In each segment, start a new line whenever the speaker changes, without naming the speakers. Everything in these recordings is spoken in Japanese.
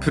プ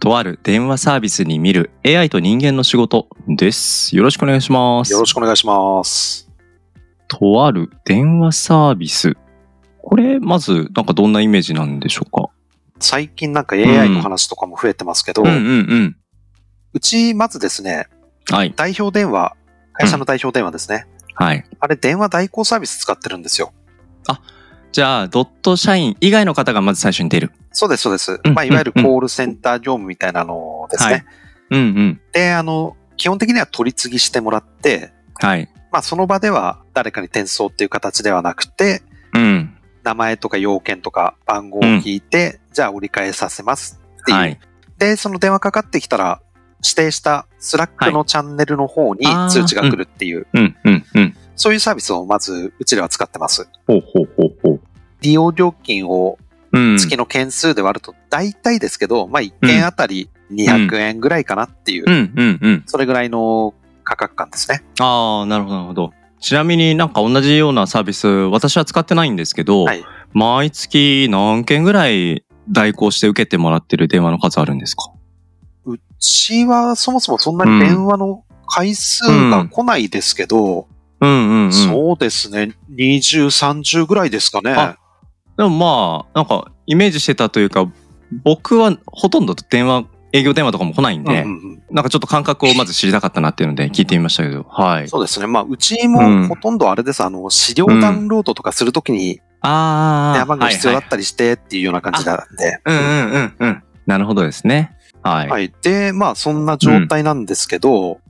とある電話サービスに見る AI と人間の仕事ですよろしくお願いします
よろしくお願いします。
とある電話サービスこれまずなんかどんなイメージなんでしょうか
最近なんか
う
AI
ん
の話とかも増えてますけど、う
うんうん
ちまずですね、
うんはい
代表電話、会社の代表電話ですね。
はい
あれ電話代行サービス使ってるんですよ。
じゃあドット社員以外の方がまず最初に出る
そうです、そうです。
うん
まあ、いわゆる
うん
コールセンター業務みたいなのですね。
はいうんうん
で、あの、基本的には取り次ぎしてもらって、
はい
まあ、その場では誰かに転送っていう形ではなくて、
うん
名前とか要件とか番号を聞いて、じゃあ折り返させますっていう。
はい
で、その電話かかってきたら、指定したスラックのチャンネルの方に
あー
通知が来るっていう、
うんうんうん
そういうサービスをまずうちでは使ってます。
ほうほうほうほう
利用料金を
うん
月の件数で割ると大体ですけど、まあ1件あたり200円ぐらいかなっていう、
うんうんうん
それぐらいの価格感ですね。
ああ、なるほど、なるほど。ちなみになんか同じようなサービス、私は使ってないんですけど、
はい
毎月何件ぐらい代行して受けてもらってる電話の数あるんですか
うちはそもそもそんなに電話の回数が来ないですけど、
うんうんうん。
そうですね、20、30ぐらいですかね。
あでもまあ、なんかイメージしてたというか、僕はほとんど電話、営業電話とかも来ないん
うんう
で、
んうん
なんかちょっと感覚をまず知りたかったなっていうので聞いてみましたけど、はい。
そうですね。まあ、うち
うん
もほとんどあれです。あの、資料ダウンロードとかするときに、
ああ、
電話番号必要だ
はい
ったりしてっていうような感じなんで。
はいうんうんうんうん。なるほどですね。はい。
はい。で、まあ、そんな状態なんですけど、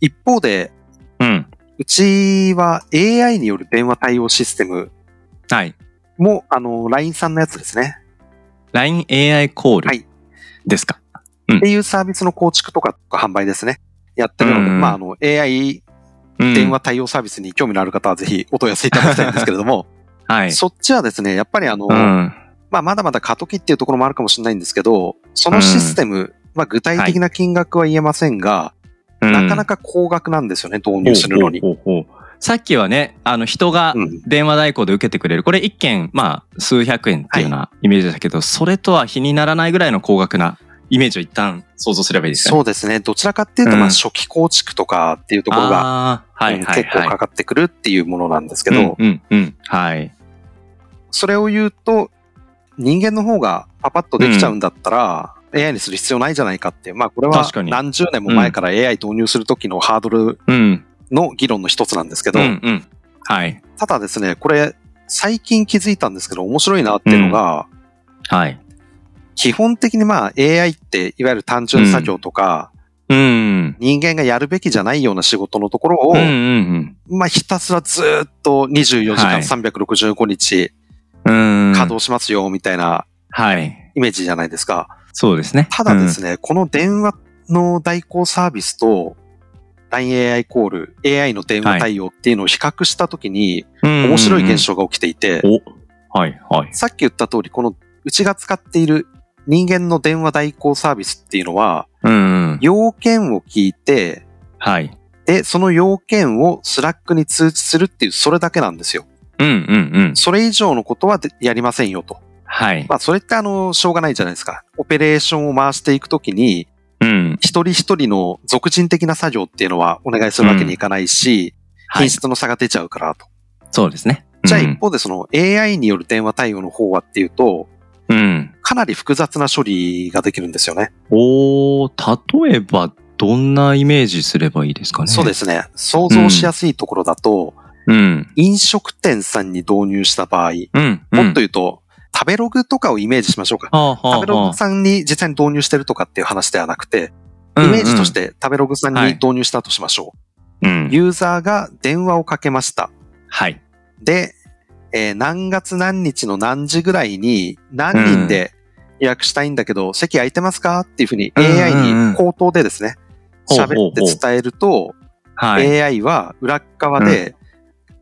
一方で、
うん。
うちは AI による電話対応システム
はい。
も、あの、LINE さんのやつですね。
LINEAI コー
は
ル
い
ですか、
っていうサービスの構築とか販売ですね。やってるので、
うん
まあ、あの、AI
うん
電話対応サービスに興味のある方はぜひお問い合わせいただきたいんですけれども、
はい。
そっちはですね、やっぱりあの、
うん。
まあ、まだまだ過渡期っていうところもあるかもしれないんですけど、そのシステム、まあ、具体的な金額は言えませんが、なかな
か
か高額なんですよね、導入するのに。
ほうほうほうほうさっきはね、あの人が
うん
電話代行で受けてくれる。これ一件、まあ、数百円っていうようなイメージだけど、それとは比にならないぐらいの高額なイメージを一旦想像すればいいですね。
そうですね。どちらかっていうと、
うん
まあ、初期構築とかっていうところが、
あーはい
うん
はい
結
は
構
い。
かかってくるっていうものなんですけ
う
ど、
んうんうん。はい。
それを言うと、人間の方がパパッとできちゃうんだったら、AI にする必要ないじゃないかっていう、まあ、これは
確かに
何十年も前から AI 導入する時のハードル
うん。
の議論の一つなんですけ
う
ど、
んうん。はい。
ただですね、これ、最近気づいたんですけど、面白いなっていうのが、
はい。
基本的にまあ AI っていわゆる単純作業とか、
うん。
人間がやるべきじゃないような仕事のところを、
うんうん
まあひたすらずーっと24時
は
間
い
365日
うん。うん。
稼働しますよみたいな
はい。
イメージじゃないですか。
そうですね。
ただですね、この電話の代行サービスと LINEAI コール、AI の電話対応っていうのを比較したときに
うん、
面白い現象が起きていて、
うんうんうん。お。はいはい。
さっき言った通り、このうちが使っている人間の電話代行サービスっていうのは、
うんうん。
要件を聞いて、
はい。
で、その要件をスラックに通知するっていう、それだけなんですよ。
うんうんうん。
それ以上のことはでやりませんよと。
はい。
まあ、それってあの、しょうがないじゃないですか。オペレーションを回していくときに、
うん。
一人一人の俗人的な作業っていうのはお願いするわけにいかないし、
はい
品。質の差が出ちゃうからと。
そうですね。
じゃあ
うん
一方でその AI による電話対応の方はっていうと、
うん。
かなり複雑な処理ができるんですよね。
おー例えば、どんなイメージすればいいですかね。。
そうですすね。想像しやすいところだと、
うん。
飲食店さんに導入した場合、
うん。
もっと
と
言うと、食べログとかをイメージしましょうか。
はあ
食
は
べ
あ
ロ
は
グさんに実際に導入してるとかっていう話ではなくて、
あ、。
イメージとしてて食べログさん
は
に
い
導入したとしましょ
うん
う。ユーザーが電話をかけました。
はい。
で、えー何月何日の何時ぐらいに何人で予約したいんだけど、席空いてますかっていうふうに
うんうんうん
AI に口頭でですね、
ほうほうほ
喋
う
って伝えると、
はい。
AI は裏側で、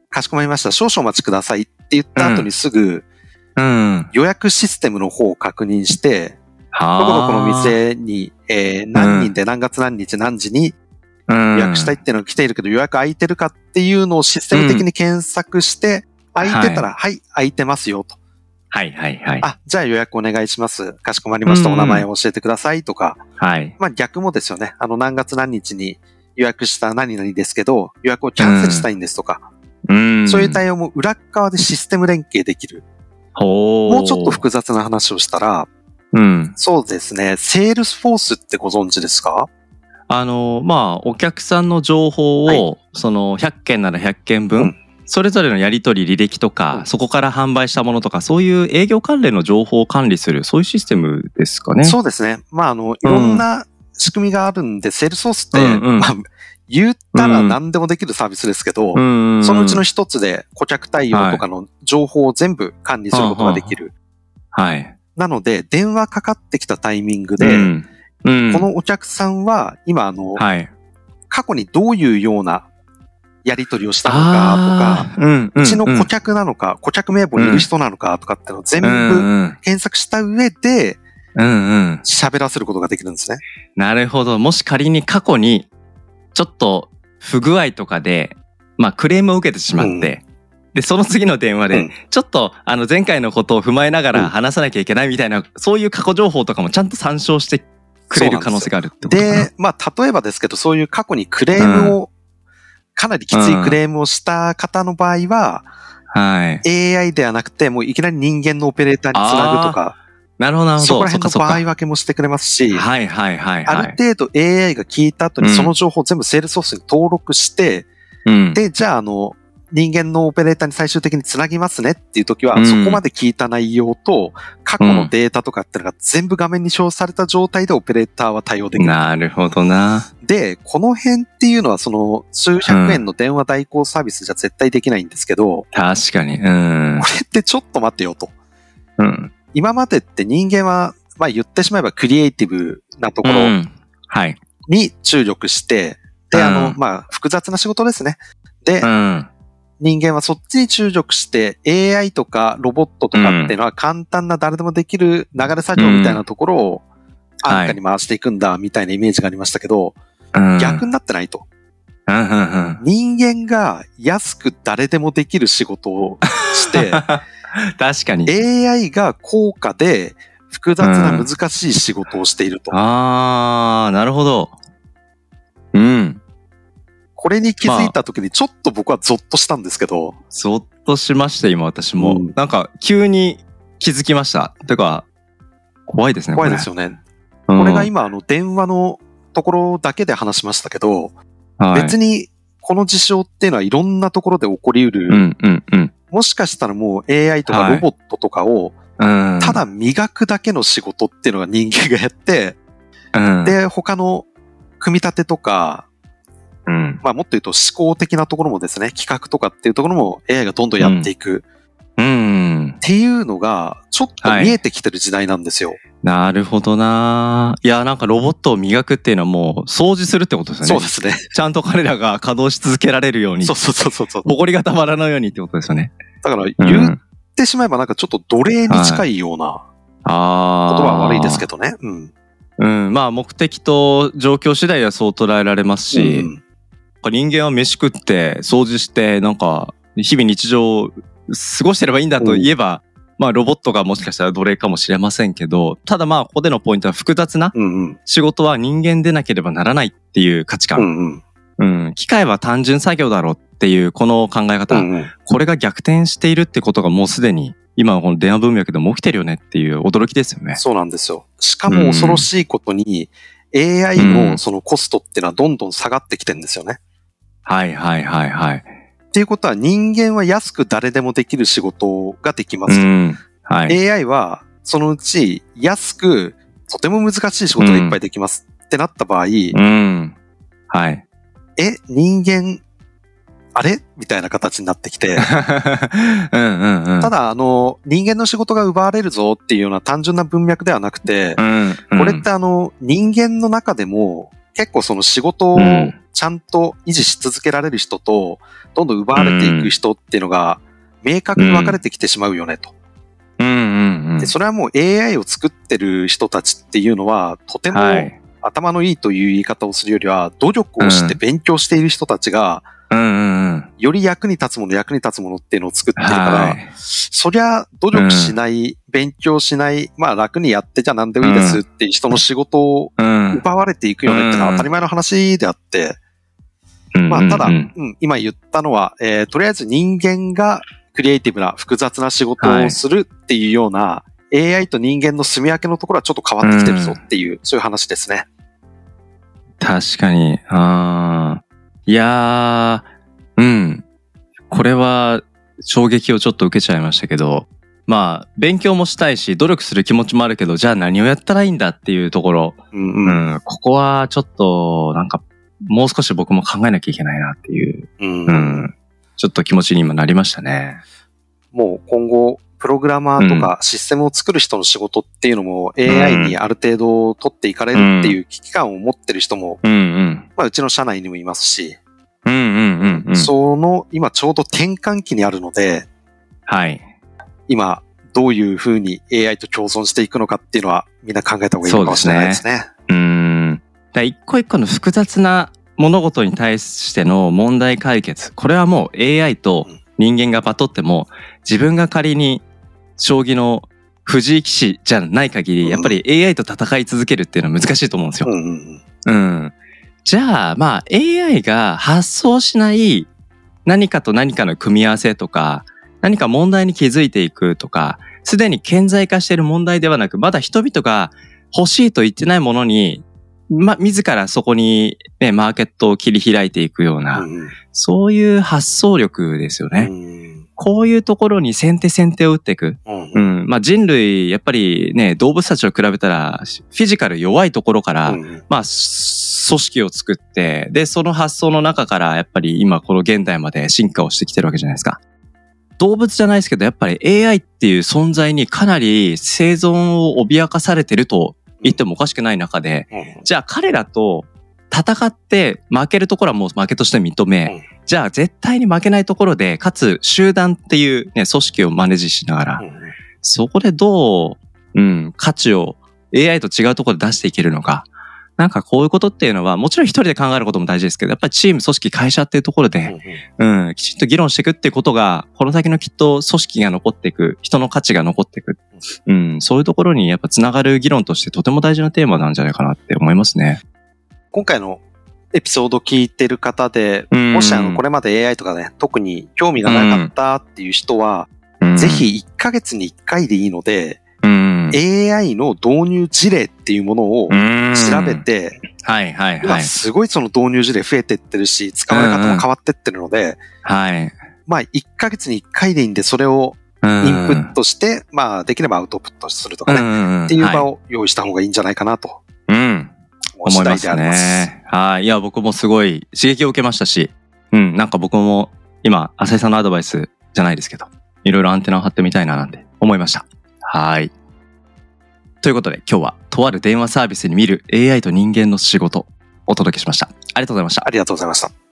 かしこまりました、少々お待ちくださいって言った後にすぐ
うん。は
予約システムの方を確認して、どこのこの
あ。
店に、えー何人で何月何日何時に
この
予約したいっていうのが来ているけど予約空いてるかっていうのをシステム的に検索して、
ん
空いてたら、はい、空いてますよと。
はいはいはい。
あ、じゃあ予約お願いします。かしこまりました。
うん
お名前を教えてくださいとか。
はい。
まあ逆もですよね。あの何月何日に予約した何々ですけど、予約をキャンセルしたいんですとか。
うん。
そういう対応も裏側でシステム連携できる。
ほ
もうちょっと複雑な話をしたら、
うん。
そうですね。セールスフォースってご存知ですか
あの、まあ、お客さんの情報を、
は
その、100件なら100件分、
うん
それぞれのやり取り履歴とか、
うん
そこから販売したものとか、そういう営業関連の情報を管理する、そういうシステムですかね。
そうですね。まあ、あの、いろんな仕組みがあるんで、セールスソースって、
うんうん
まあ、言ったら何でもできるサービスですけ
うん
ど、
うんうん
そのうちの一つで顧客対応とかの情報を全部管理することができる。
はい。
なので、電話かかってきたタイミング
う
で、
んうん
このお客さんは今、あの、
はい。
過去にどういうようなやり取りをしたのかとか、
あーうんうん、
うちの顧客なのか、顧客名簿にいる人なのかとかっていうのを全
うん
部
うん
検索した上で
うんうん。
喋らせることができるんですね。
なるほど。もし仮に過去に、ちょっと不具合とかで、まあクレームを受けてしまって、で、その次の電話で、
うん
ちょっとあの前回のことを踏まえなが
うん
ら話さなきゃいけないみたいな、そういう過去情報とかもちゃんと参照してくれる可能性があるってことかな。
で、まあ、例えばですけど、そういう過去にクレームを、かなりきついクレームをした方の場合は、
はい。
AI ではなくて、もういきなり人間のオペレーターにつなぐとか、
なるほど、なるほど。
そこら辺の
っか
場合
そっ
分けもしてくれますし、
かはいはいはいは
あ
い。
る程度 AI が聞いた後に
うん
その情報を全部セールソースに登録して、
うん、
で、じゃあ、あの、人間のオペレーターに最終的につなぎますねっていう時は、
うん
そこまで聞いた内容と、過去のデータとかっていうのが全部画面に表示された状態でオペレーターは対応できる。
なるほどな。
で、この辺っていうのは、その、数百円の電話代行サービスじゃ絶対できないんですけど、こ
確かに。うん。
れってちょっと待ってよと。
うん。
今までって人間は、まあ言ってしまえばクリエイティブなとこ
う
ろ
んはい。
に注力して、で、あ
う、
の
ん
まあ複雑な仕事ですね。で
う、ん。
人間はそっちに注力して、AI とかロボットとかっていうのは簡単な誰でもできる流れ作業みたいなところを安価に回していくんだみたいなイメージがありましたけど、
うん
逆になってないと。
うんうんうん。
人間が安く誰でもできる仕事を して、
確かに。
AI が高価で複雑な難しい仕事をしていると。
あー、なるほど。うん。
これに気づいた時にちょっと僕はゾッとしたんですけど、
そっとしました、今私も。
うん
なんか、急に気づきました。てか、怖いですね、
怖いです
よ。
よね。
こ
これが今あの電話のところだけで話しましたけど、
今
別にこの事象っていうのはいろんなところで起こりうる、
うん、うん、うん。
もしかしたらもう AI とか
はい
ロボットとかを
うん
た、だ磨くだけの仕事っていうのが人間がやって、
うん、
で、他の組み立てとか、
うん、
まあもっと言うと思考的なところもですね、企画とかっていうところも AI がどんどんやっていくっ
うん。
ていうのが、ちょっと見えてきてる時代なんですよ。
なるほどな。いや、なんかロボットを磨くっていうのはもう掃除するってことですよね。
そうですね。
ちゃんと彼らが稼働し続けられるように
そ。うそうそうそうそう。
埃がたまらないようにってことですよね。
だから
う
言っ
ん、
てしまえばなんかちょっと奴隷に近いような
あ
言
ー
葉は悪いですけどね。うん。
うん、まあ目的と状況次第はそう捉えられますし、
うん
人間は飯食って掃除してなんか日々日常を過ごしてればいいんだと言えば、まあロボットがもしかしたら奴隷かもしれませんけど、ただまあここでのポイントは複雑な
うんうん。
仕事は人間でなければならないっていう価値
う
観、
んうん。
うん機械は単純作業だろうっていうこの考え
う
方、
んうん。
これが逆転しているってことがもうすでに今のこの電話文脈でも起きてるよねっていう驚きですよね。
そうなんですよ。しかも恐ろしいことに、AI
う
の
ん
そのコストっていうのはどんどん下がってきてるんですよね。
はいはいはいはい。
っていうことは人間は安く誰でもできる仕事ができま
う
すと。
ん。はい。
AI はそのうち安くとても難しい仕事がいっぱいできますってなった場合、
う ん。はい。
え、人間あれみたいな形になって きて、
うんうんうん。
た、だ、あの、人間の仕事が奪われるぞっていうような単純な文脈ではなくて
う、ん、うん
これってあの、人間の中でも、結構その仕事を
うん
ちゃんと維持し続けられる人と、どんどん奪われていく人っていうのが、明確に分かれてきてしまうよねと。
うんうんうん。
で、それはもう AI を作ってる人たちっていうのは、とても
はい。
頭のいいという言い方をするよりは、努力をして
うん
勉強している人たちが、
うんうんうん。
より役に立つもの、役に立つものっていうのを作ってるから、
はい。
そりゃ努力しない、勉強しない、まあ楽にやってじゃあ何でもいいですっていう人の仕事を
うん。
奪われていくよねってのは当たり前の話であって、まあただ、
う
うん
うん
ん、今言ったのは、えーとりあえず人間がクリエイティブな複雑な仕事をするっていうような、AI と人間の住み分けのところはちょっと変わってきてるぞっていう、そういう話ですね。
確かに。あーいやー、うん。これは衝撃をちょっと受けちゃいましたけど、まあ、勉強もしたいし、努力する気持ちもあるけど、じゃあ何をやったらいいんだっていうところ、
うん
う
うん。
ん、ここはちょっと、なんか、もう少し僕も考えなきゃいけないなっていう、
うん
うん、ちょっと気持ちに今なりましたね。
もう今後、プログラマーとかシステムを作る人の仕事っていうのも AI にある程度取っていかれるっていう危機感を持ってる人も、
うんうん。
まあうちの社内にもいますし、
うんうんうんうん。
その今ちょうど転換期にあるので、
はい。
今どういうふうに AI と共存していくのかっていうのはみんな考えた方がいいのかもしれないですね。
うーん。だから一個一個の複雑な物事に対しての問題解決。これはもう AI と人間がバトっても、自分が仮に将棋の藤井棋士じゃない限
う
り、
ん
やっぱり AI と戦い続けるっていうのは難しいと思うんですよ。
うんうん
うん。じゃあ、まあ AI が発想しない何かと何かの組み合わせとか、何か問題に気づいていくとか、すでに顕在化している問題ではなく、まだ人々が欲しいと言ってないものに、ま、自らそこにね、マーケットを切り開いていくよう
う
な、
んうん
そういう発想力ですよね。こういうところに先手先手を打っていく。
うんう
うんん。まあ人類、やっぱりね、動物たちを比べたら、フィジカル弱いところから、
うん
まあ、す組織を作って、で、その発想の中から、やっぱり今この現代まで進化をしてきてるわけじゃないですか。動物じゃないですけど、やっぱり AI っていう存在にかなり生存を脅かされてると言ってもおかしくない中で、
うん
じゃあ彼らと戦って負けるところはもう負けとして認め、じゃあ絶対に負けないところで、かつ集団っていうね、組織をマネージしながら、そこでどう、うん、価値を AI と違うところで出していけるのか。なんかこういうことっていうのは、もちろん一人で考えることも大事ですけど、やっぱりチーム、組織、会社っていうところで、うん、きちんと議論していくっていうことが、この先のきっと組織が残っていく、人の価値が残っていく。うん、そういうところにやっぱつながる議論としてとても大事なテーマなんじゃないかなって思いますね。
今回のエピソード聞いてる方で、
も
もしあのこれまで AI とかね、特に興味がなかったっていう人は、
れ
ぜ、ひ1ヶ月に1回でいいので、
うん、
AI の導入事例っていうものを調べて、
はいはいは
今
い。
すごいその導入事例増えてってるし、使われ方も変わってってるので、
はい。
まあ1ヶ月に1回でいいんで、それをイ
イ
ンプットして、まあできればアウトプットするとかね、
っ
っていう場を用意した方がいいんじゃないかなと
うん。
思う
思
次
いま
第ですあります。
ね。はい。いや、僕もすごい刺激を受けましたし、うん、なんか僕も今、浅井さんのアドバイスじゃないですけど、いろいろアンテナを張ってみたいななんて思いました。はい。ということで、今日はとある電話サービスに見る AI と人間の仕事をお届けしました。ありがとうございました。
ありがとうございました。